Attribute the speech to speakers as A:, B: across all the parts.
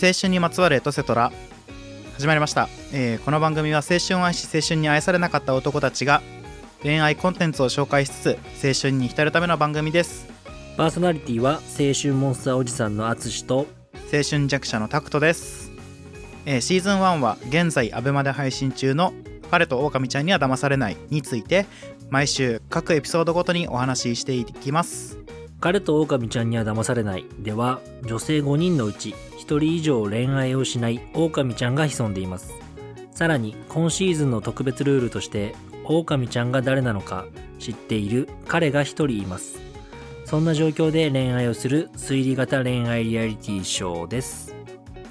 A: 青春にまつわるエトセトラ始まりました、えーこの番組は青春を愛し青春に愛されなかった男たちが恋愛コンテンツを紹介しつつ青春に浸るための番組です
B: パーソナリティは青春モンスターおじさんのあつしと
A: 青春弱者のタクトです、えーシーズン1は現在アベマで配信中の「彼と狼ちゃんには騙されない」について毎週各エピソードごとにお話ししていきます
B: 彼と狼ちゃんには騙されないでは女性5人のうち1人以上恋愛をしない狼ちゃんが潜んでいますさらに今シーズンの特別ルールとして狼ちゃんが誰なのか知っている彼が1人いますそんな状況で恋愛をする推理型恋愛リアリティショーです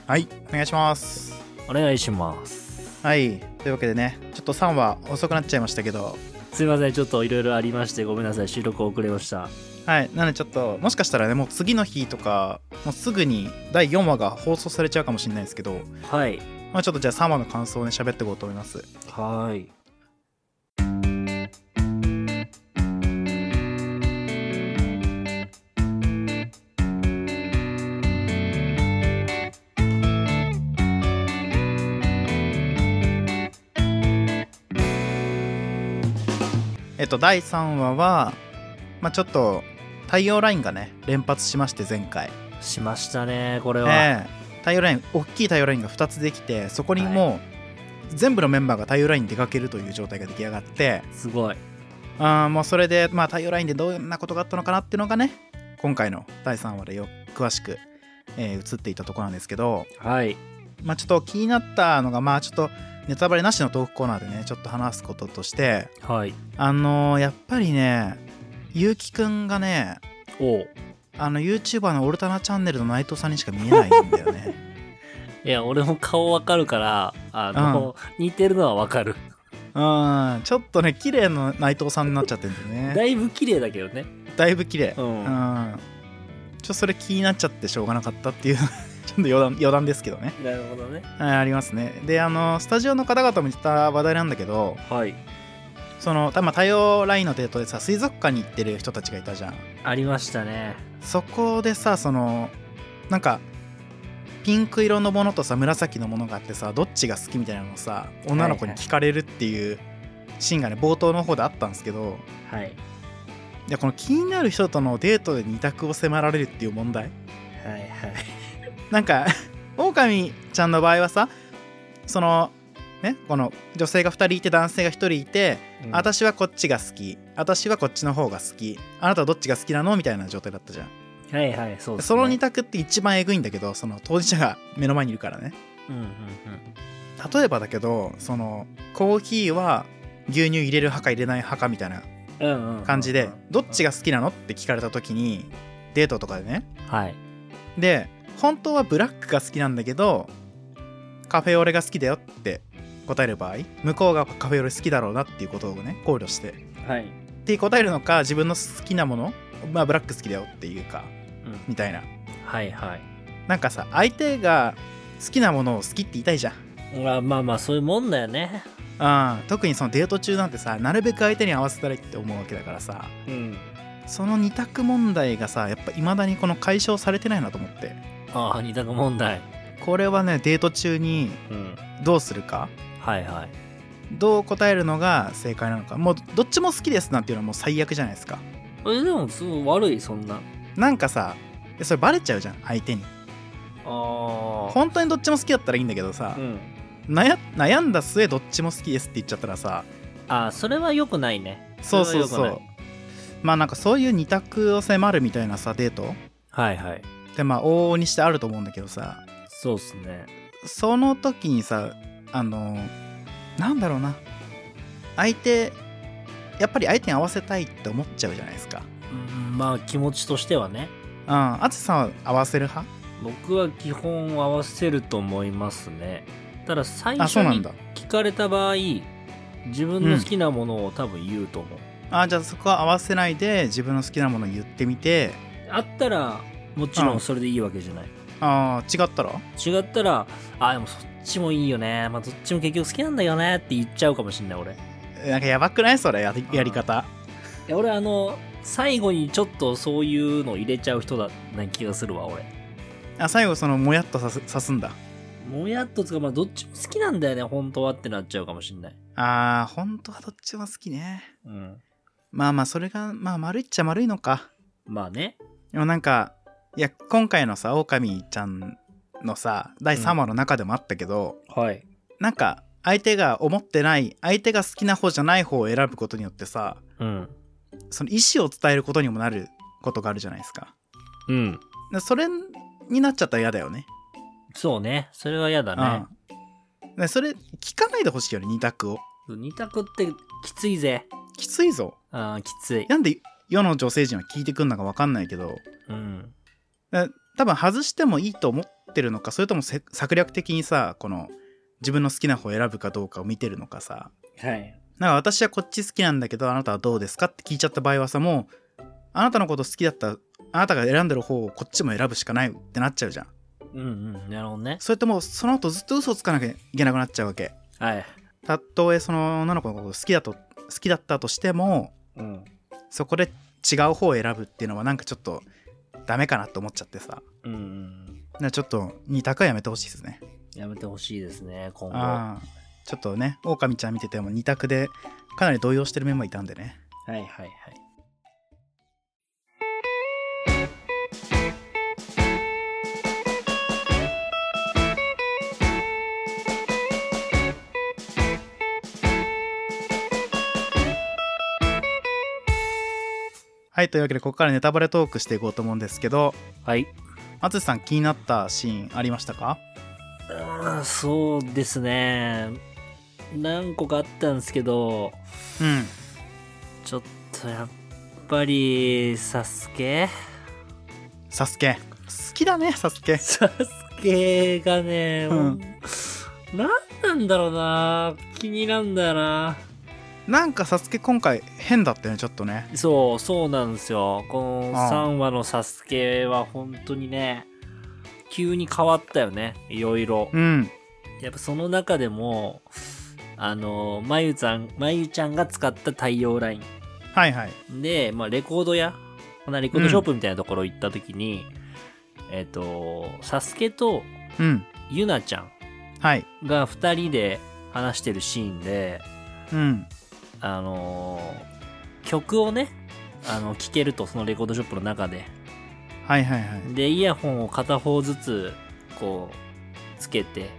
A: はいお願いします
B: お願いします
A: はいというわけでねちょっと3話遅くなっちゃいましたけど
B: すいませんちょっといろいろありましてごめんなさい収録遅れました
A: はいなのでちょっともしかしたらねもう次の日とかもうすぐに第4話が放送されちゃうかもしれないですけど、
B: はい
A: まあ、ちょっとじゃあ3話の感想をね喋っていこうと思います
B: はい
A: えっと第3話は、まあ、ちょっと太陽ラインがね連発しまして前回
B: しましたねこれは、
A: ねえ太陽ライン大きい太陽ラインが2つできてそこにもう全部のメンバーが太陽ラインに出かけるという状態が出来上がって
B: すごい
A: あーもうそれで、まあ、太陽ラインでどんなことがあったのかなっていうのがね今回の第3話でよ詳しく、えー映っていたところなんですけど、
B: はい
A: まあ、ちょっと気になったのが、まあ、ちょっとネタバレなしのトークコーナーでねちょっと話すこととして
B: はい
A: あのーやっぱりねゆうきくんがね
B: おう
A: あの YouTuber のオルタナチャンネルの内藤さんにしか見えないんだよね。
B: いや俺も顔わかるからあの、似てるのはわかる
A: うん、ちょっとね綺麗な内藤さんになっちゃってるんだよ
B: だ
A: ね
B: いぶ綺麗だけどね
A: だいぶ綺麗
B: う、
A: うんんちょっとそれ気になっちゃってしょうがなかったっていう ちょっと余談余談ですけどね
B: なるほどね
A: はいありますねであのスタジオの方々も言った話題なんだけど
B: はい
A: そのたま太陽ラインのデートでさ水族館に行ってる人たちがいたじゃん
B: ありましたね
A: そこでさそのなんかピンク色のものとさ紫のものがあってさどっちが好きみたいなのをさ女の子に聞かれるっていうシーンがね冒頭の方であったんですけど、
B: はい
A: いやこの気になる人とのデートで二択を迫られるっていう問題
B: はいはい
A: なんか 狼ちゃんの場合はさそのねこの女性が2人いて男性が1人いて、
B: うん
A: 私はこっちが好き私はこっちの方が好きあなたはどっちが好きなのみたいな状態だったじゃん
B: はいはいそうです、ね、
A: その二択って一番えぐいんだけどその当事者が目の前にいるからね
B: うんうんうん
A: 例えばだけどそのコーヒーは牛乳入れる派か入れない派かみたいな
B: うんうんうん
A: 感じでどっちが好きなのって聞かれた時にデートとかでね
B: はい
A: で本当はブラックが好きなんだけどカフェオレが好きだよって答える場合向こうがカフェオレ好きだろうなっていうことをね考慮して
B: はい
A: って答えるのか自分の好きなものまあブラック好きだよっていうか
B: うん
A: みたいな
B: はいはい
A: なんかさ相手が好きなものを好きって言いたいじゃん
B: まあまあまあそういうもんだよね
A: うん、特にそのデート中なんてさなるべく相手に合わせたらいって思うわけだからさ
B: うん
A: その二択問題がさやっぱいまだにこの解消されてないなと思って
B: ああ二択問題
A: これはねデート中に
B: うん
A: どうするか
B: はいはい
A: どう答えるのが正解なのかもうどっちも好きですなんていうのはもう最悪じゃないですか
B: えでもすごい悪いそんな
A: なんかさそれバレちゃうじゃん相手に
B: ああ
A: 本当にどっちも好きだったらいいんだけどさ
B: うん
A: 悩悩んだ末どっちも好きですって言っちゃったらさ
B: あーそれは良くないね
A: そうそう
B: れ
A: そ
B: は良
A: う
B: く
A: まあなんかそういう二択を迫るみたいなさデート
B: ないはいはい
A: ってまあ往々にしてあると思うんだけどさ
B: そうっすね
A: その時にさあのなんだろうな相手やっぱり相手に合わせたいって思っちゃうじゃないですか
B: うんまあ気持ちとしてはね
A: うんあつさんは合わせる派
B: 僕は基本合わせると思いますねただ最
A: あ
B: 初
A: そうなん
B: に
A: だ
B: 聞かれた場合自分の好きなものを多分言うと思う、
A: あじゃあそこは合わせないで自分の好きなもの言ってみて
B: あったらもちろんそれでいいわけじゃない、
A: あー違ったら
B: 違ったらあでもそっちもいいよねまあどっちも結局好きなんだよねって言っちゃうかもしんない俺い
A: なんかやばくないそれやりやり方
B: や俺あの最後にちょっとそういうの入れちゃう人だな気がするわ俺
A: あ最後そのもやっとさす刺すんだ
B: もやっとつかまあどっちも好きなんだよね本当はってなっちゃうかもしんない
A: あー本当はどっちも好きね
B: うん
A: まあまあそれがまあ丸いっちゃ丸いのか
B: まあね
A: でもなんかいや今回のさオオカミちゃんのさ第3話の中でもあったけど、
B: はい
A: なんか相手が思ってない相手が好きな方じゃない方を選ぶことによってさ
B: うん
A: その意思を伝えることにもなることがあるじゃないですか
B: うん
A: でそれになっちゃったら嫌だよね
B: そうねそれは嫌だね、
A: うんでそれ聞かないでほしいよね二択を
B: 二択ってきついぜ
A: きついぞ
B: あーきつい
A: なんで世の女性陣は聞いてくんのか分かんないけど
B: うん
A: だ多分外してもいいと思ってるのかそれともせ策略的にさこの自分の好きな方を選ぶかどうかを見てるのかさ
B: はい
A: なんか私はこっち好きなんだけどあなたはどうですかって聞いちゃった場合はさもうあなたのこと好きだったらあなたが選んでる方をこっちも選ぶしかないってなっちゃうじゃん
B: うんうんなるほどね
A: それともうその後ずっと嘘をつかなきゃいけなくなっちゃうわけ
B: はい
A: たとえその女の子のこと好きだと好きだったとしても
B: うん
A: そこで違う方を選ぶっていうのはなんかちょっとダメかなと思っちゃってさ
B: うんうん
A: だからちょっと二択はやめてほしいですね
B: やめてほしいですね今後
A: ああちょっとねオオカミちゃん見てても二択でかなり動揺してる面もいたんでね
B: はいはいはい。
A: はいというわけでここからネタバレトークしていこうと思うんですけど
B: はい。
A: 淳さん気になったシーンありましたか
B: うん、そうですね。何個かあったんですけど、
A: うん
B: ちょっとやっぱり、サスケ
A: サスケ好きだねサスケ
B: サスケがね、
A: うん
B: もう何なんだろうな気になんだよな
A: なんかサスケ今回変だったよねちょっとね
B: そう、そうなんですよ。この
A: ああ
B: 3話のサスケは本当にね、急に変わったよね。いろいろ。
A: うん
B: やっぱその中でも、あの、まゆちゃん、まゆちゃんが使った太陽ライ
A: はいはい
B: ン。で、まあ、レコード屋、まあレコードショップみたいなところ行った時に、えっ、と、サスケと
A: うん
B: ゆなちゃ
A: はい
B: んが2人で話してるシーンで、
A: うん
B: あのー曲をね、あの、聴けると、そのレコードショップの中で。
A: はいはいはい
B: で、イヤホンを片方ずつ、こう、つけて、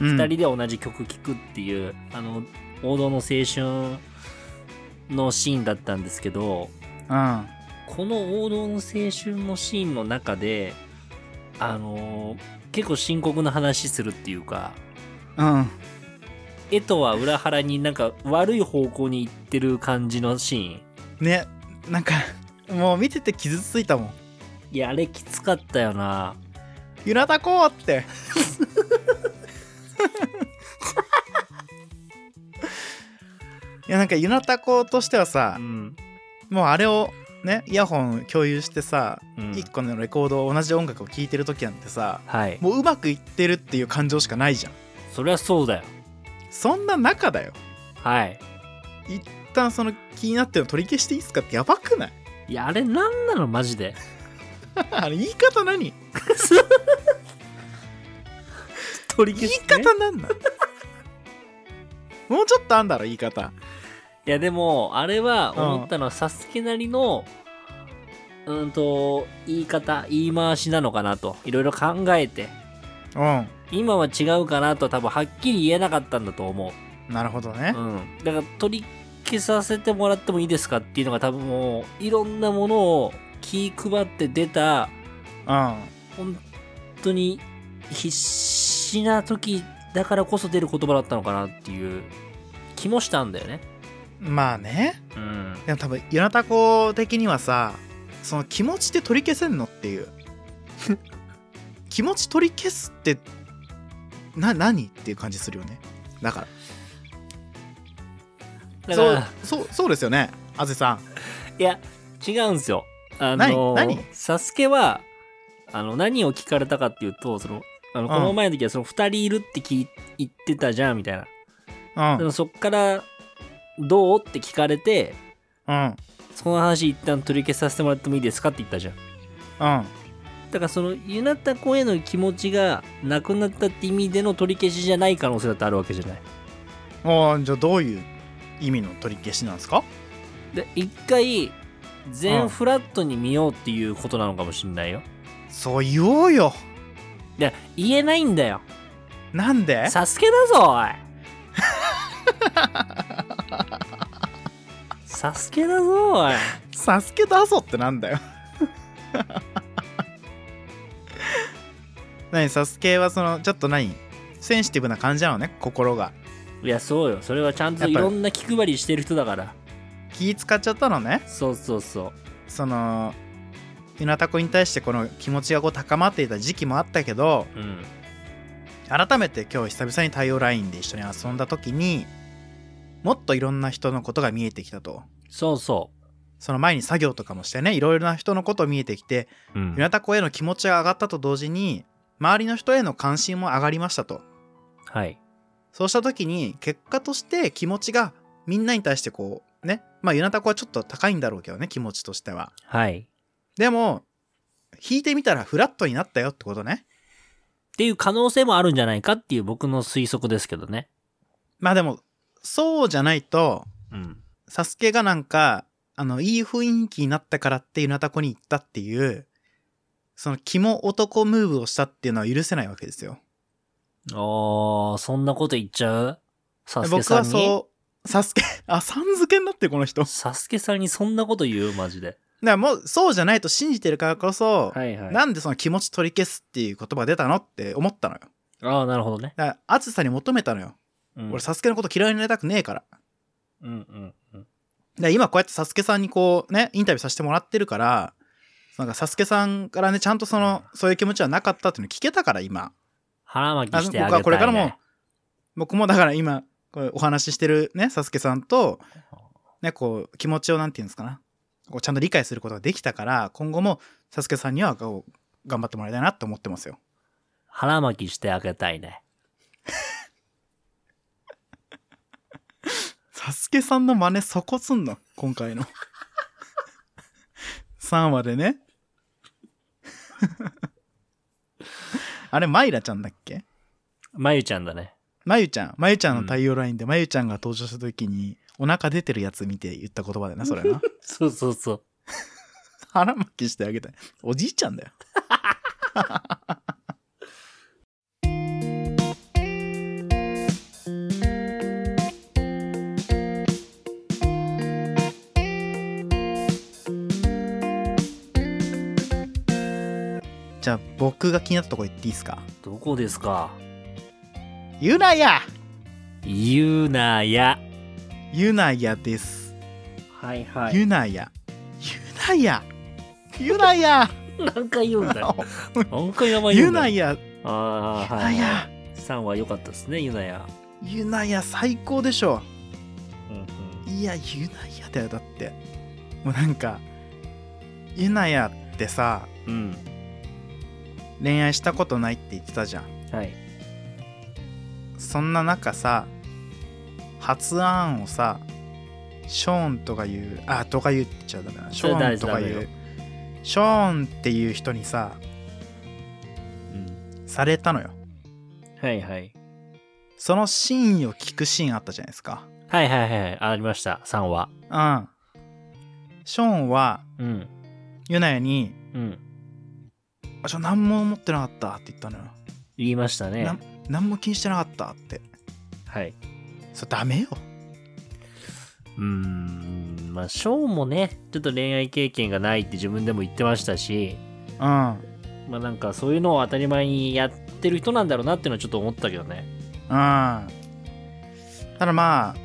A: うん
B: 2人で同じ曲聴くっていう、あの王道の青春のシーンだったんですけど
A: うん
B: この王道の青春のシーンの中であのー結構深刻な話するっていうか
A: うん
B: 絵とは裏腹になんか悪い方向に行ってる感じのシーン
A: ねなんかもう見てて傷ついたもん
B: いやあれきつかったよな
A: 「ゆなたこう!」っていやなんかゆなたこうとしてはさ
B: うん、
A: もうあれをねイヤホン共有してさ、
B: うん
A: 一1個のレコードを同じ音楽を聴いてる時なんてさ
B: はい
A: もううまくいってるっていう感情しかないじゃん
B: そりゃそうだよ
A: そんな中だよ
B: はい
A: 一旦その気になってるの取り消していいっすかってやばくない
B: いやあれなんなのマジで
A: あれ言い方何
B: 取り
A: 言
B: 消
A: い
B: し、ね、
A: 方なんだもうちょっとあんだろ言い方
B: いやでもあれは
A: うん
B: 思ったのはサスケなりのうんと言い方言い回しなのかなといろいろ考えて
A: うん
B: 今は違うかなと多分はっきり言えなかったんだと思
A: なるほど
B: う、う
A: ね
B: ん、だから取り消させてもらってもいいですかっていうのが多分もういろんなものを気配って出た
A: うん
B: 本当に必死な時だからこそ出る言葉だったのかなっていう気もしたんだよね
A: まあね
B: うん
A: でも多分ユナタコ的にはさその気持ちで取り消せんのっていう 気持ち取り消すってな何っていう感じするよねだから
B: だから
A: そうそうそうですよねあぜさん
B: いや、違うんですよ。あの、
A: 何何
B: サスケは、あの、何を聞かれたかっていうと、その、あの
A: ん
B: この前の時はその2人いるって聞い言ってたじゃんみたいな。
A: うん
B: でもそっから、どうって聞かれて、
A: うん
B: その話一旦取り消させてもらってもいいですかって言ったじゃん。
A: うん
B: だからそのゆなた子への気持ちがなくなったって意味での取り消しじゃない可能性だってあるわけじゃない
A: ああじゃあどういう意味の取り消しなんですか
B: で一回全フラットに見ようっていうことなのかもしんないよ
A: そう言おうよ
B: で言えないんだよ
A: なんで
B: サスケだぞ おいサスケだぞおい
A: サスケだぞってなんだよ何サスケはそのちょっと何センシティブな感じなのね心が
B: いやそうよそれはちゃんと
A: やっ
B: い
A: ぱり
B: ろんな気配りしてる人だから
A: 気使っちゃったのね
B: そうそうそう
A: そのゆなたこに対してこの気持ちがこう高まっていた時期もあったけど
B: うん
A: 改めて今日久々に太陽ラインで一緒に遊んだ時にもっといろんな人のことが見えてきたと
B: そうそ
A: その前に作業とかもしてねいろいろな人のこと見えてきて
B: う、うん
A: ゆなたこへの気持ちが上がったと同時に周りの人への関心も上がりましたと
B: はい
A: そうした時に結果として気持ちがみんなに対してこうねまあゆなたこはちょっと高いんだろうけどね気持ちとしては
B: はい
A: でも引いてみたらフラットになったよってことね
B: っていう可能性もあるんじゃないかっていう僕の推測ですけどね
A: まあでもそうじゃないと
B: うん
A: サスケがなんかあのいい雰囲気になったからってゆなたこに行ったっていうその肝男ムーブをしたっていうのは許せないわけですよ
B: ああそんなこと言っちゃうサスケ
A: 僕
B: さん
A: は
B: に
A: そうサスケあさん付けになってるこの人だか
B: サスケさんにそんなこと言うマジで
A: らもうそうじゃないと信じてるからこそ、
B: いは
A: なんでその気持ち取り消すっていう言葉出たのって思ったのよ。
B: ああなるほどね、
A: だから熱さに求めたのよ。
B: うん、
A: 俺、サスケのこと嫌いになりたくねえから。だか
B: うんうんうん
A: ら今こうやってサスケさんにこうね、インタビューさせてもらってるから、なんかサスケさんからね、ちゃんとその、そういう気持ちはなかったっていうの聞けたから今。
B: 腹巻
A: あ
B: きしてあげたい、ね、
A: 僕はこれからも、僕もだから今、これお話ししてるね、サスケさんと、ね、こう、気持ちをなんていうんですかな。こうちゃんと理解することができたから、今後もサスケさんにはこう、頑張ってもらいたいなって思ってますよ。
B: 腹巻きしてあげたいね
A: サスケさんの真似そこすんの今回の 3話でね あれマイラちゃんだっけ
B: まゆちゃんだね
A: まゆちゃんまゆちゃんの太陽ラインでまゆちゃんが登場した時にお腹出てるやつ見て言った言葉だよなそれな
B: そうそうそう
A: 腹巻きしてあげたいおじいちゃんだよ じゃあ僕が気になったとこ言っていいですか
B: どこですか
A: ユナヤ
B: ゆうなや
A: ユナヤです、
B: はいは
A: ユナヤユナヤユナヤ
B: 何回言うんだよ何回名前言う
A: ユ
B: んだ
A: ナ
B: よ
A: ヤ
B: ああ
A: ユ
B: は
A: ナ
B: い、は
A: ヤ
B: い、さんは良かったですねゆなや
A: ユナヤ最高でしょ
B: うんうん
A: いやユナヤだよだってもうなんかユナヤってさ
B: うん
A: 恋愛したことないって言ってたじゃん
B: はい
A: そんな中さ発案をさショーンとかいうあとか言っちゃダメだなショーンとか
B: それ大事だ
A: いう
B: よ
A: ショーンっていう人にさ
B: うん
A: されたのよ
B: はいはい
A: そのシーンを聞くシーンあったじゃないですか
B: はいはいはいありました3話
A: うんショーンは
B: うん
A: ユナヤに
B: うん
A: 「あちょ何も思ってなかった」って言ったのよ、
B: 言いまし
A: な
B: たね
A: 何も気にしてなかったって
B: はい
A: それダメよ
B: うーんまあショーもねちょっと恋愛経験がないって自分でも言ってましたし
A: うん
B: まあなんかそういうのを当たり前にやってる人なんだろうなっていうのはちょっと思ったけどね
A: うん。ただまあ、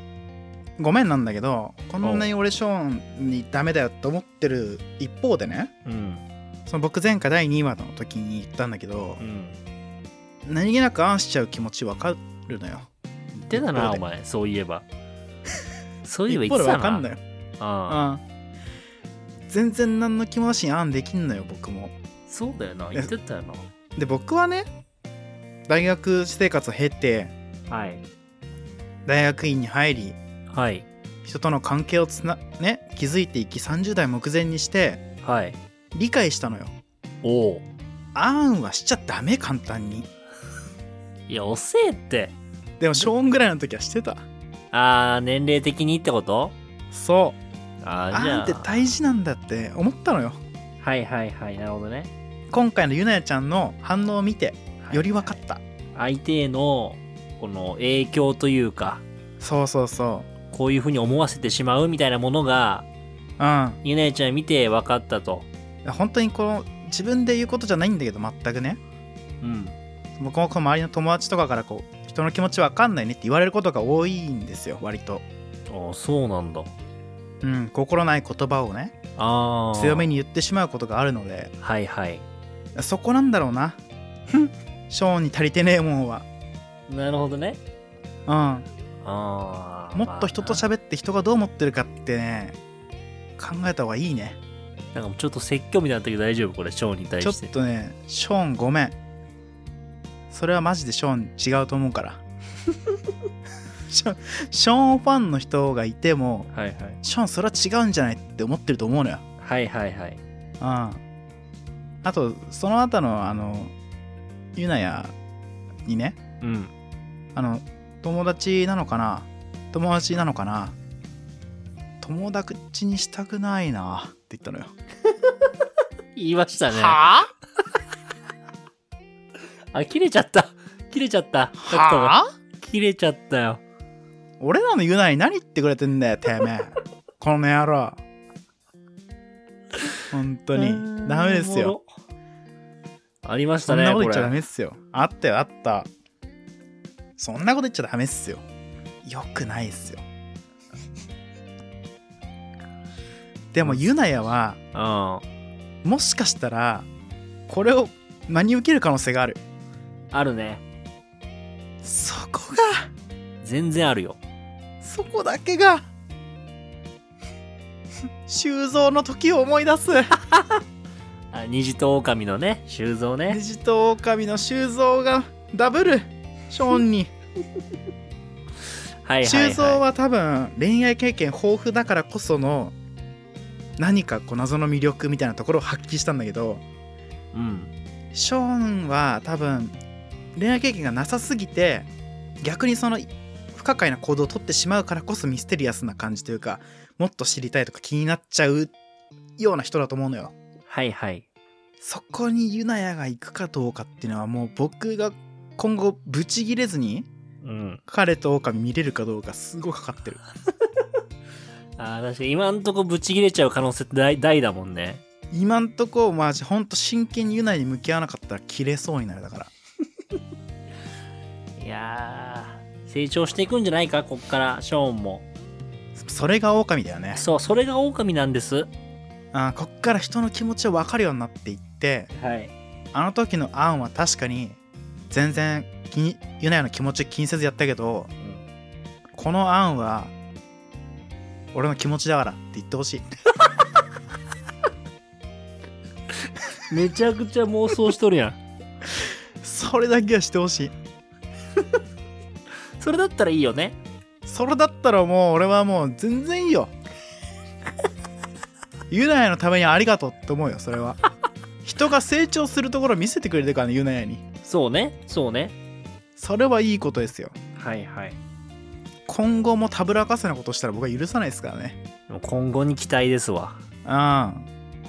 A: ごめんなんだけど、こんなに俺ショーンにダメだよって思ってる一方でね、
B: うん
A: その僕前回第2話の時に言ったんだけど
B: う、ん
A: 何気なくあんしちゃう気持ちわかるのよ。
B: 言ってたな
A: 一方
B: お
A: で
B: 前そういえばそういえば
A: 一
B: 言
A: 方
B: っ
A: で
B: てた
A: わ
B: な
A: かんのよ。う
B: ああ
A: ん。全然何の気もなしにあんできんのよ、僕も。
B: そうだよな言ってたよ
A: で、僕はね、大学生活を経て、
B: なはい
A: 大学院に入り、
B: はい
A: 人との関係をつな、ね、築いていき30代目前にして、
B: はい
A: 理解したのよ。
B: おお
A: あーんはしちゃダメ簡単に
B: いや遅えって
A: でも小ンぐらいの時はしてた
B: あー年齢的にってこと
A: そう
B: あ
A: あ
B: ーじ
A: ーん
B: ゃ
A: って
B: あ
A: 大事なんだって思ったのよ
B: はいはいはいなるほどね
A: 今回のゆなやちゃんの反応を見て
B: はい
A: より分かった、
B: 相手へのこの影響というか
A: そうそうそ
B: こういうふうに思わせてしまうみたいなものが
A: ううん
B: ゆなやちゃん見て分かったと
A: 本当にこの自分で言うことじゃないんだけど全くね
B: うん
A: 僕もこう周りの友達とかからこう人の気持ち分かんないねって言われることが多いんですよ割と、
B: ああそうなんだ
A: うん、心ない言葉をね
B: ああ
A: 強めに言ってしまうことがあるので
B: はいはい
A: そこなんだろうなショーンに足りてねえもんは、
B: なるほどね
A: う
B: ああ
A: ん、もっと人と喋って人がどう思ってるかってね考えた方がいいね
B: なんかもうちょっと説教みたいになったけど大丈夫これショーに対
A: ちょっ
B: して
A: とねショーンごめんそれはマジでショーン違うと思うからショショーンファンの人がいても
B: はいはい
A: ショーンそれは違うんじゃないって思ってると思うのよ
B: はいはいはい
A: うんあとその後のあのユナヤにね
B: うん
A: あの友達なのかな友達なのかな友達にしたくないなって言ったのよ。
B: 言いましたね
A: は
B: あ切れちゃった切れちゃっ
A: あ
B: たタクトが
A: はあ
B: 切れちゃったよ
A: 俺らのユナに何言ってくれてんだよ、て めえ。この野郎。本当
B: あ
A: に。
B: ー
A: ダメですよ。
B: おもろありまし
A: そ
B: た
A: ん
B: ね
A: なこと言
B: こ
A: っちゃダ
B: れ
A: メっすよ。あったよ、あった。そんなこと言っちゃダメっすよ。よくないっすよ。でも、ユナヤは、
B: うん
A: もしかしたらこれを真に受ける可能性がある
B: あるね
A: そこが
B: 全然あるよ
A: そこだけが 修造の時を思い出す
B: あ虹と狼のね修造
A: ネ
B: ね
A: ジと狼の修造がダブルショーンに
B: はいはい、はい、
A: 修造は多分恋愛経験豊富だからこその何かこう謎の魅力みたいなところを発揮したんだけど
B: うん
A: ショーンは多分恋愛経験がなさすぎて逆にその不可解な行動をとってしまうからこそミステリアスな感じというかもっと知りたいとか気になっちゃうような人だと思うのよ。
B: はいはい
A: そこにユナヤが行くかどうかっていうのはもう僕が今後ブチギレずに
B: うん
A: 彼と狼見れるかどうかすごいかかってる。
B: あー確かに今んとこブチ切れちゃう可能性って大大だもんね
A: 今んとこマジほんと真剣にユナヤに向き合わなかったら切れそうになるだから。
B: いやー成長していくんじゃないかこっからショーンも
A: それが狼だよね。
B: そうそれが狼なんです
A: あーこっから人の気持ちを分かるようになっていって
B: はい
A: あの時のアンは確かに全然気にユナヤの気持ち気にせずやったけどこのアンは俺の気持ちだからって言ってほしい
B: めちゃくちゃ妄想しとるやん
A: それだけはしてほしい
B: それだったらいいよね
A: それだったらもう俺はもう全然いいよユナヤのためにありがとうって思うよそれは人が成長するところ見せてくれてるからねユナヤに
B: そうねそうね
A: それはいいことですよ
B: はいはい
A: 今後もたぶらかせなことしたら僕は許さないですからね
B: 今後に期待ですわ
A: うん。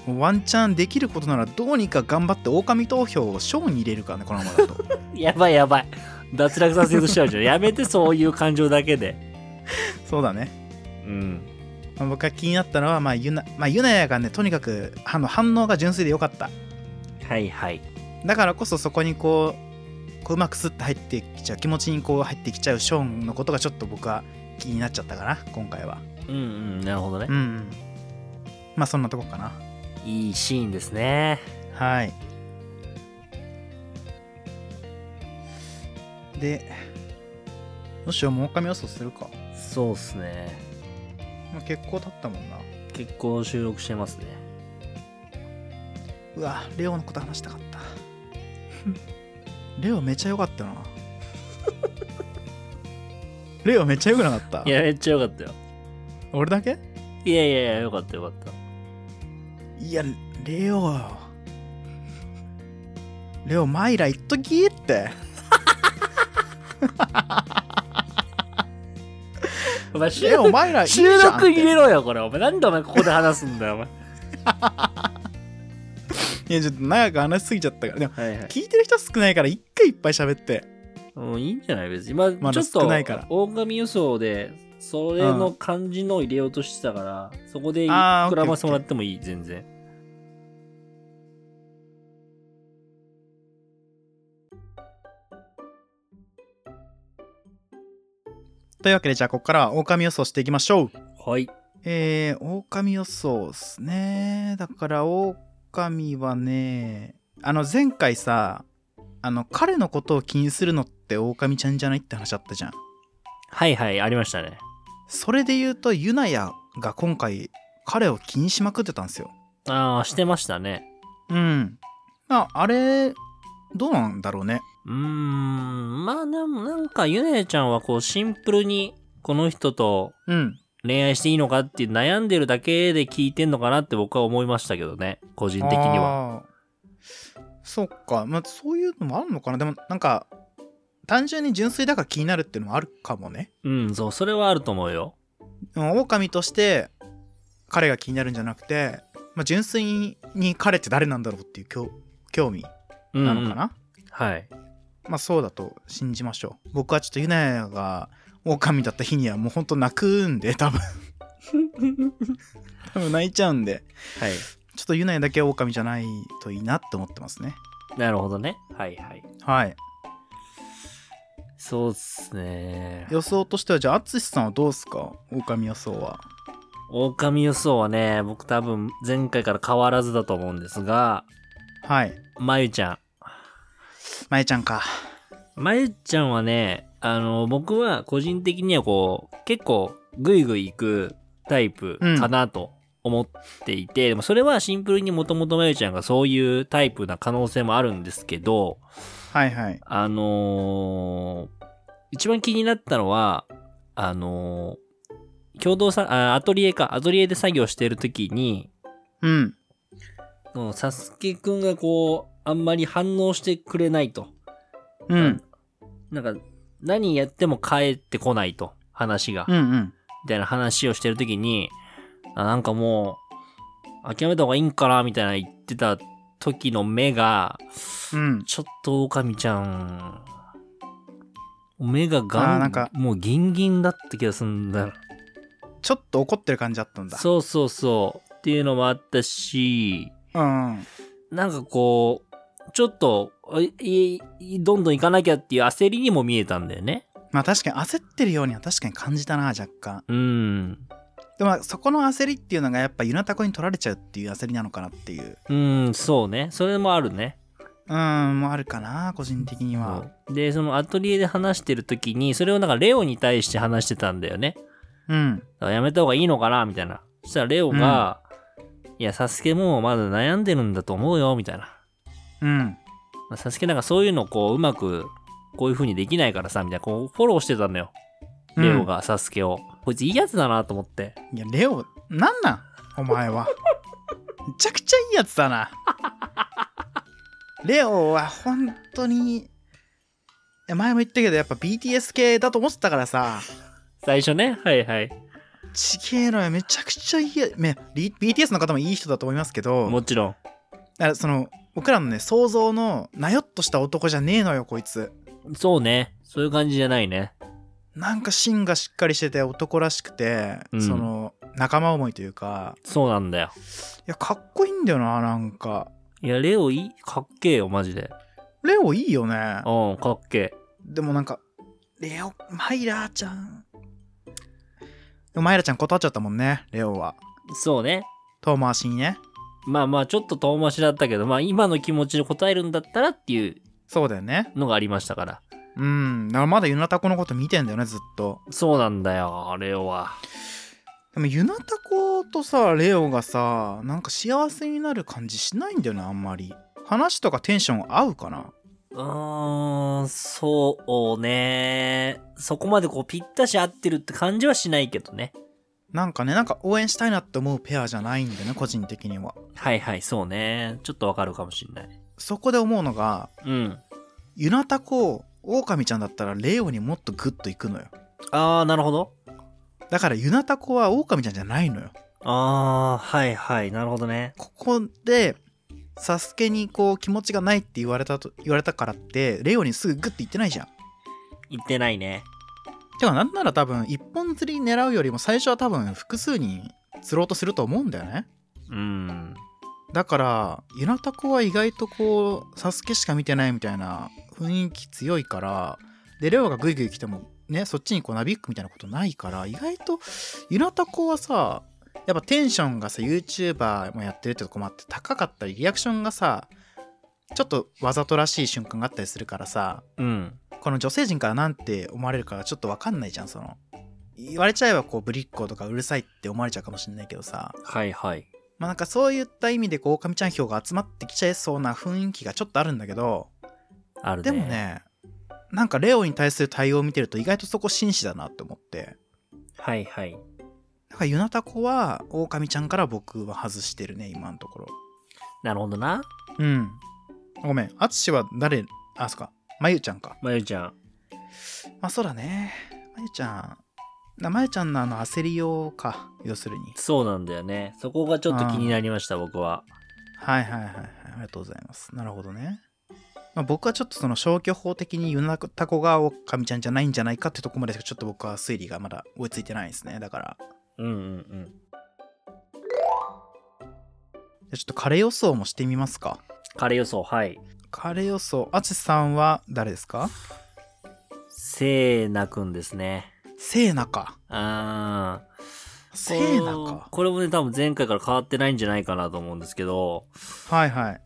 A: もうワンチャンできることならどうにか頑張って狼投票をショーに入れるからねこのままだと
B: やばいやばい脱落させようとしちゃうじゃんやめてそういう感情だけで
A: そうだね、
B: うん
A: まあ僕が気になったのはまあユナ,、まあ、ユナヤがねとにかくあの反応が純粋でよかった
B: はいはい
A: だからこそそこにこうこううまくスッと入ってきちゃう気持ちにこう入ってきちゃうショーンのことがちょっと僕は気になっちゃったかな今回は
B: うんうんなるほどね
A: うん、うん、まあそんなとこかない
B: いシーンですね
A: はいでどうしようもう狼予想するか
B: そうっすね
A: まあ結構経ったもんな
B: 結構収録してますね
A: うわレオのこと話したかった レオめちゃ良かった なレオめっちゃ良くなかった
B: いやめっちゃよかったよ
A: 俺だけ
B: いやいやいやよかったよかった
A: いやレオ レオマイラ一時って
B: お前収
A: レオ
B: 録
A: マイラいいじゃん
B: 収
A: って
B: 録入れろよこれお前なんでお前ここで話すんだよお前
A: いやちょっと長く話しすぎちゃったからでも
B: はいはい
A: 聞いてる人少ないから一回いっぱい喋って
B: もういいんじゃない別に今、
A: ま
B: ち
A: だ
B: ょっ
A: 少ないから
B: と大神予想でそれの漢字のを入れようとしてたから、そこで
A: あー
B: 膨らませてもらってもいい全然
A: というわけでじゃあここからは狼予想していきましょう
B: はい
A: えー、狼予想ですねだから狼はねあの前回さあの彼のことを気にするのって狼ちゃんじゃないって話あったじゃん
B: はいはいありましたね
A: それで言うとユナヤが今回彼を気にしまくってたんですよ
B: ああしてましたね
A: うんまああれどうなんだろうね
B: うーんまあでもなんかゆねちゃんはこうシンプルにこの人と
A: うん
B: 恋愛していいのかっていう悩んでるだけで聞いてんのかなって僕は思いましたけどね個人的には
A: はそっかまあそういうのもあるのかなでもなんか単純に純粋だから気になるっていうのもあるかもね
B: うんそうそれはあると思うよ
A: オオカミとして彼が気になるんじゃなくて、まあ、純粋に彼って誰なんだろうっていう興興味
B: うん
A: なのかな、
B: うんはい
A: まあそうだと信じましょう僕はちょっとユナヤがオオカミだった日にはもうほんと泣くんで多 分多分泣いちゃうんで
B: はい
A: ちょっとユナヤだけはオオカミじゃないといいなって思ってますね
B: なるほどねはいはい
A: はい
B: そうっすね
A: 予想としてはじゃあ淳さんはどうですかオオカミ予想は
B: 狼予想はね僕多分前回から変わらずだと思うんですが
A: はい
B: まゆちゃん
A: まえちゃんか
B: まゆちゃんはね、あの、僕は個人的にはこう、結構グイグイ行くタイプかなと思っていて、でもそれはシンプルにもともとまゆちゃんがそういうタイプな可能性もあるんですけど、
A: はいはい
B: あのー一番気になったのは、あのー共同さ、あアトリエか、アトリエで作業してる時に、
A: うん
B: うんサスケくんがこう、あんまり反応してくれないと。
A: うん
B: なんか、何やっても帰ってこないと、話が。
A: う
B: み
A: んうん
B: たいな話をしてるときに、あなんかもう、諦めた方がいいんかな、みたいな言ってた時の目が、
A: うん
B: ちょっと狼ちゃん、目が
A: あー
B: ガ
A: な
B: ン
A: んか、
B: もうギンギンだった気がするんだよ。
A: ちょっと怒ってる感じだったんだ
B: そうそうそう。っていうのもあったし、
A: うんうん
B: なんかこう、ちょっと、いいどんどん行かなきゃっていう焦りにも見えたんだよね。
A: まあ確かに焦ってるようには確かに感じたな若干
B: うん。
A: でもまあそこの焦りっていうのがやっぱユナタコに取られちゃうっていう焦りなのかなっていう
B: うーん、そうね。それもあるね。
A: うんもあるかな個人的には
B: で、そのアトリエで話してる時に、それをなんかレオに対して話してたんだよね。
A: うん
B: だからやめた方がいいのかなみたいな。そしたらレオが、いや、サスケもまだ悩んでるんだと思うよ、みたいな。
A: うん
B: まあサスケなんかそういうのこう、うまく、こういう風にできないからさ、みたいな、こう、フォローしてたのよ。レオ、がサスケを。こいついいやつだなと思って。
A: うんいやレオなんなんお前はめちゃくちゃいいやつだなレオは本当にいや前も言ったけどやっぱ BTS 系だと思ってたからさ
B: 最初ね。はいはい。
A: ちげえのよめちゃくちゃいいやめリ BTS の方もいい人だと思いますけど
B: もちろん。
A: だからその僕らのね想像のなよっとした男じゃねえのよこいつ
B: そうね。そういう感じじゃないね。
A: なんか芯がしっかりしてて男らしくて、
B: うん
A: その仲間思いというか
B: そうなんだよ。
A: いやかっこいいんだよななんか
B: いや、レオいいかっけえよ、マジで。
A: レオいいよね
B: うん、かっけえ。
A: でもなんかレオマイラーちゃんでもマイラちゃん断っちゃったもんねレオは
B: そうね。
A: 遠回しにね
B: まあまあ、ちょっと遠回しだったけど、まあ今の気持ちで答えるんだったらっていう
A: そうだよね
B: のがありましたから。
A: うんだからまだユナタコのこと見てんだよねずっと
B: そうなんだよ、レオは。
A: でもユナタコとさレオがさなんか幸せになる感じしないんだよねあんまり話とかテンション合うかな
B: うーん、そうね。そこまでこうぴったし合ってるって感じはしないけどね。
A: なんかねなんか応援したいなって思うペアじゃないんだよね個人的には
B: はいはい、そうね。ちょっとわかるかもしんない。
A: そこで思うのが
B: うん。
A: ユナタコ狼ちゃんだったらレオにもっとグッといくのよ
B: ああ、なるほど。
A: だからユナタコは狼ちゃんじゃないのよ
B: ああ、はいはい、なるほどね。
A: ここでサスケにこう気持ちがないって言われたと言われたからってレオにすぐグッて言ってないじゃん
B: 言ってないね。
A: てかなんなら多分一本釣り狙うよりも最初は多分複数人釣ろうとすると思うんだよね
B: うん。
A: だからユナタコは意外とこうサスケしか見てないみたいな雰囲気強いからでレオがグイグイ来てもねそっちにこうなびくみたいなことないから意外とユナタコはさやっぱテンションがさ YouTuber もやってるってとこもあって高かったりリアクションがさちょっとわざとらしい瞬間があったりするからさ
B: うん。
A: この女性陣からなんて思われるかがちょっとわかんないじゃんその言われちゃえばこうぶりっ子とかうるさいって思われちゃうかもしれないけどさ
B: はいはい。
A: まあなんかそういった意味でこう狼ちゃん票が集まってきちゃいそうな雰囲気がちょっとあるんだけど
B: あるね。
A: でも。ねなんかレオに対する対応を見てると意外とそこ紳士だなって思って
B: はいはい。
A: なんかユナタコは狼ちゃんから僕は外してるね今のところ
B: なるほどな。
A: うんごめん淳は誰あそっかまゆちゃんか
B: まゆちゃん。
A: まあそうだねまゆちゃんなまゆちゃんのあの焦りようか要するに
B: そうなんだよね。そこがちょっと気になりました、僕は。
A: はいはいはいはいありがとうございますなるほどね、まあ、僕はちょっとその消去法的にユナタコがオカミちゃんじゃないんじゃないかってとこまでしかちょっと僕は推理がまだ追いついてないですねだからじゃ
B: うんうん
A: あちょっと彼予想もしてみますか
B: うん。彼予想、はい。
A: 彼予想あつさんは誰ですか
B: せーなくんですね。
A: せいなか
B: あー。
A: せいな
B: こ
A: か
B: うこれもね、多分前回から変わってないんじゃないかなと思うんですけど、
A: はいはい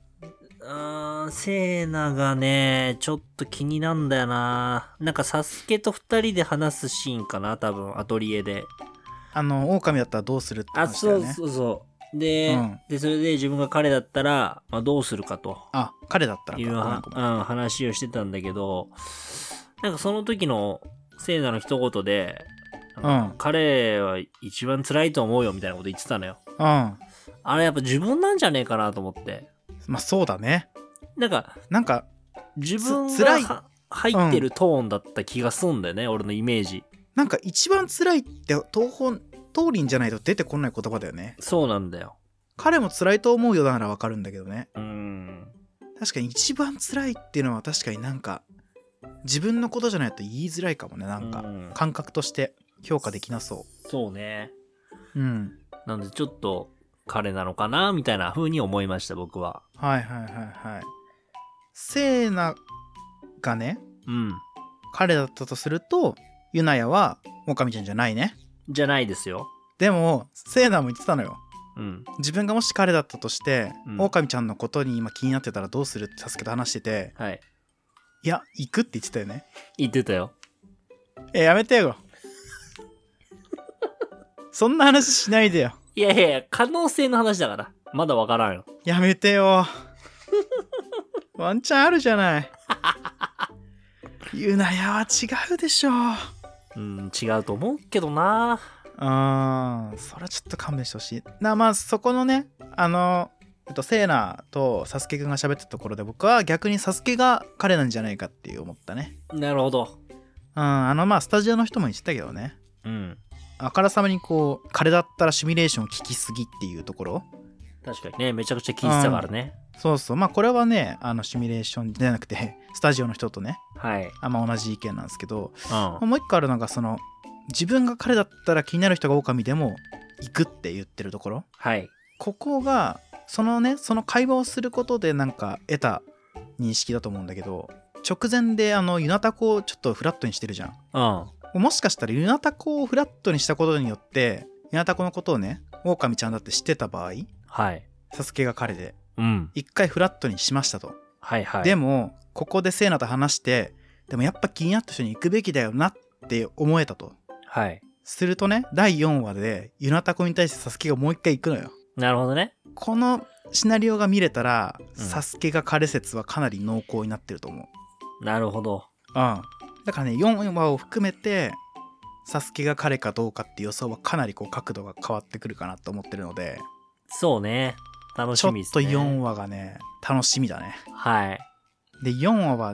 A: う
B: ーん、セーナがね、ちょっと気になんだよな。なんかサスケと二人で話すシーンかな、多分、アトリエで。
A: あのオオカミだったらどうするって
B: あ、
A: 話だ
B: そ
A: よ
B: う
A: ね
B: そうそう。で、
A: うん
B: で、それで自分が彼だったら、まあ、どうするかと
A: あ彼だったら
B: いう
A: かごめん
B: は
A: ごめん
B: うん、話をしてたんだけど、なんかその時のセーナの一言で、
A: うん
B: 彼は一番辛いと思うよみたいなこと言ってたのよ。
A: うんま
B: あれやっぱ自分なんじゃねえかなと思って。
A: あそうだね
B: なんか、
A: なんか
B: 自分
A: つ辛
B: が
A: い
B: は入ってるトーンだった気がすんだよね、俺のイメージ
A: なんか一番辛いって東方東林じゃないと出てこない言葉だよね
B: そうなんだよ
A: 彼も辛いと思うようならわかるんだけどね
B: うーん
A: 確かに一番辛いっていうのは確かになんか自分のことじゃないと言いづらいかもねなん
B: う
A: か
B: ん
A: 感覚として評価できなそ
B: そうね
A: ううん
B: なんでちょっと彼なのかなみたいな風に思いました僕は
A: はいはいはいはいセーナがね
B: うん
A: 彼だったとするとユナヤはオカミちゃんじゃないね
B: じゃないですよ
A: でもセーナも言ってたのよ
B: うん
A: 自分がもし彼だったとして、
B: うん
A: オオカミちゃんのことに今気になってたらどうするってサスケと話してて
B: はい
A: いや行くって言ってたよね
B: 言ってたよ
A: えやめてよそんな話しないでよ
B: いやいやいや可能性の話だからまだわからんよ
A: やめてよワンチャンあるじゃないユナヤは違うでしょ
B: うん違うと思うけどな
A: あーそれはちょっと勘弁してほしいなまあそこのねあのえっとセーナとサスケくんが喋ってたところで僕は逆にサスケが彼なんじゃないかって思ったね
B: なるほど
A: うんあのまあスタジオの人も言ってたけどね
B: うん
A: あからさまにこう彼だったらシミュレーションを聞きすぎっていうところ
B: 確かにねめちゃくちゃ聞いてたからね
A: そうそうまあこれはねあのシミュレーションじゃなくて スタジオの人とね
B: はい
A: あんま同じ意見なんですけど、まあ
B: う
A: もう一個あるのがその自分が彼だったら気になる人が狼でも行くって言ってるところ
B: んはい
A: ここがそのねその会話をすることでなんか得た認識だと思うんだけど直前であのユナタコをちょっとフラットにしてるじゃん
B: うん
A: もしかしたらユナタコをフラットにしたことによってユナタコのことをね狼ちゃんだって知ってた場合
B: はい
A: サスケが彼で
B: うん
A: 一回フラットにしましたと
B: はいはい
A: でもここでセイナと話してでもやっぱ気になった人に行くべきだよなって思えたと
B: はい
A: するとね第4話でユナタコに対してサスケがもう一回行くのよ
B: なるほどね
A: このシナリオが見れたら、
B: うん
A: サスケが彼説はかなり濃厚になってると思う
B: なるほど
A: うんだからね4話を含めてサスケが彼かどうかっていう予想はかなりこう角度が変わってくるかなと思ってるので
B: そうね楽
A: ちょ
B: し
A: っ
B: みです
A: と
B: ね。
A: 4話がね楽しみだね
B: はい。
A: で4話は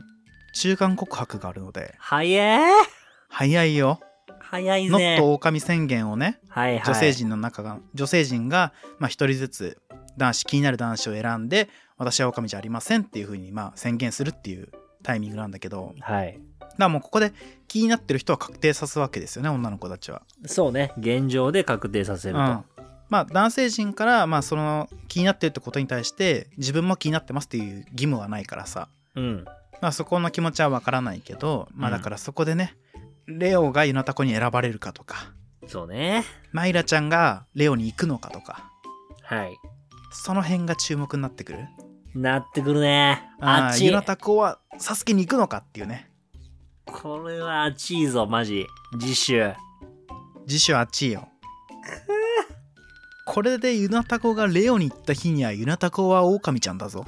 A: 中間告白があるので
B: 早い
A: 早いよ
B: 早い
A: ノット
B: ね。
A: 狼宣言をね
B: はいはい。
A: 女性陣の中が、女性陣がまあ、一人ずつ男子気になる男子を選んで私は狼じゃありませんっていう風にまあ宣言するっていうタイミングなんだけど
B: はい。
A: だからもうここで気になってる人は確定さすわけですよね女の子たちは。
B: そうね。現状で確定させ
A: う
B: る
A: ん
B: と。
A: まあ、男性陣からまあその気になってるってことに対して自分も気になってますっていう義務はないからさ、
B: うん。
A: まあ、そこの気持ちはわからないけど、まあ、
B: うん
A: だからそこでね、レオがユナタコに選ばれるかとか
B: そうね。
A: マイラちゃんがレオに行くのかとか
B: はい。
A: その辺が注目になってくる。
B: なってくるね。
A: あ
B: あっ
A: あ
B: ち
A: ユナタコはサスケに行くのかっていうね
B: これはあっちいいぞ、マジ。次週。
A: 次週あっちいよこれでユナタコがレオに行った日にはユナタコはオオカミちゃんだぞ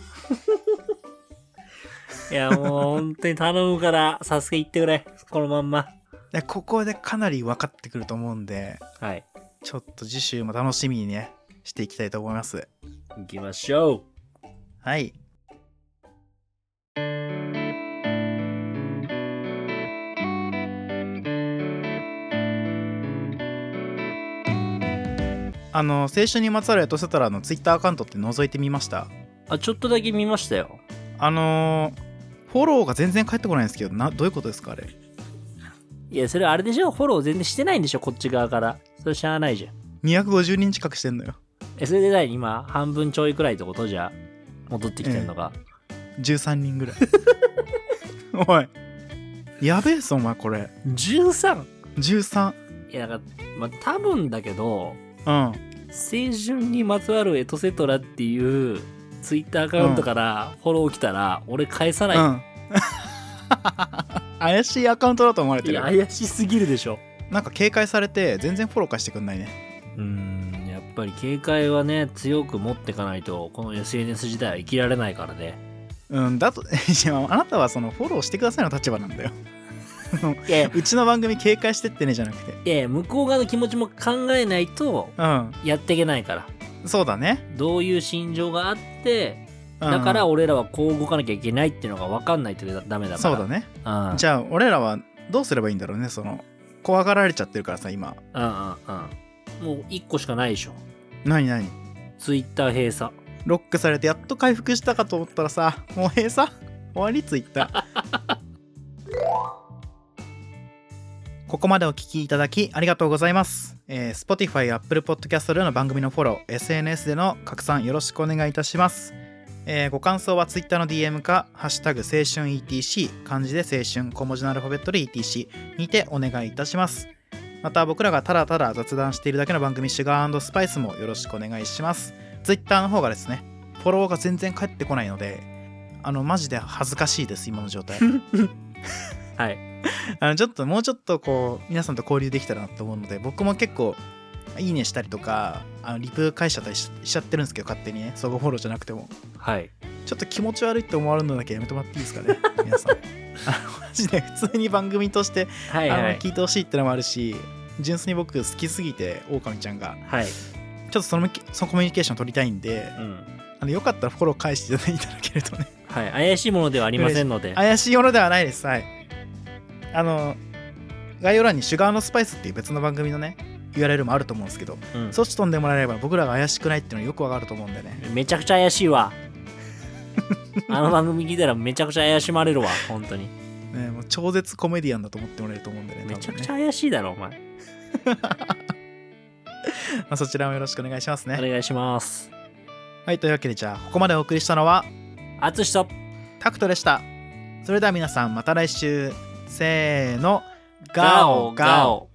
B: いや、もう本当に頼むから、 サスケ行ってくれ。このまんま。
A: でここでかなり分かってくると思うんで
B: はい。
A: ちょっと次週も楽しみにねしていきたいと思います
B: 行きましょう。
A: はいあの青春にまつわるエトセトラのツイッターアカウントって覗いてみました
B: あ、ちょっとだけ見ましたよ。
A: あのーフォローが全然返ってこないんですけどなどういうことですかあれ
B: いや、それあれでしょフォロー全然してないんでしょこっち側から。それしゃあないじゃん。
A: 250人近くしてんのよ
B: え、それで何今、半分ちょいくらいってことじゃあ戻ってきてんのか。
A: 13人ぐらいおいやべえぞお前これ
B: 13!
A: 13
B: いや、だから、まあ、多分だけど、
A: うん
B: 青春にまつわるエトセトラっていうツイッターアカウントからフォロー来たら、俺返さない。
A: うん、 怪しいアカウントだと思われて
B: いや、
A: る
B: 怪しすぎるでしょ。
A: なんか警戒されて全然フォロー貸してくんないね
B: うーん、やっぱり警戒はね、強く持ってかないと、この SNS 自体は生きられないからね。
A: うんだと いやあなたはそのフォローしてくださいの立場なんだよ
B: いや、いう
A: ちの番組警戒してってねじゃなくて
B: や向こう側の気持ちも考えないと、
A: うん
B: やっていけないから。
A: そうだね、
B: どういう心情があって、
A: うん
B: だから俺らはこう動かなきゃいけないっていうのが分かんないとダメだから。
A: そうだね
B: うん。
A: じゃあ俺らはどうすればいいんだろうねその怖がられちゃってるからさ今
B: うんうんうん。もう一個しかないでしょ。
A: 何何
B: ツイッター閉鎖。
A: ロックされてやっと回復したかと思ったらさもう閉鎖終わりツイッター ここまでお聞きいただきありがとうございます、えー、Spotify、Apple Podcast での番組のフォロー SNS での拡散よろしくお願いいたします、えーご感想は Twitter の DM か「ハッシュタグ青春 ETC」漢字で青春小文字のアルファベットで ETC にてお願いいたしますまた僕らがただただ雑談しているだけの番組「シュガースパイス」もよろしくお願いしますツイッターの方がですね、フォロワーが全然返ってこないので、あの、マジで恥ずかしいです、今の状 態。
B: はい。
A: あの、ちょっと、もうちょっとこう、皆さんと交流できたらなと思うので、僕も結構、いいねしたりとか、あのリプ返しちゃったりししちゃってるんですけど、勝手にね、総合フォローじゃなくても。
B: はい。
A: ちょっと気持ち悪いって思われるのだけやめてもらっていいですか ね、皆さん。あの、マジで、普通に番組として、
B: は
A: あ
B: い
A: の
B: は、い。
A: 聞いてほしいってのもあるし、純粋に僕好きすぎて、狼ちゃんが、
B: はい。
A: ちょっとそのそのコミュニケーション取りたいんで、
B: うん。
A: あのよかったらフォロー返していただけるとね
B: はい。怪しいものではありませんので。
A: 怪しいものではないですはいあの概要欄に「シュガーのスパイス」っていう別の番組のね URL もあると思うんですけど
B: うん
A: そっち飛んでもらえれば僕らが怪しくないっていうのよくわかると思うんでね
B: めちゃくちゃ怪しいわ。あの番組聞いたらめちゃくちゃ怪しまれるわ、本当に。
A: ねもう超絶コメディアンだと思ってもらえると思うんでね
B: めちゃくち
A: 多
B: ゃ
A: 分ね
B: 怪しいだろ、お前。
A: まあ、そちらもよろしくお願いします
B: お
A: ね
B: 願いします。
A: はいというわけでじゃあここまでお送りしたのは
B: あつしと、
A: タクトでしたそれでは皆さんまた来週せーの
B: ガオガオ。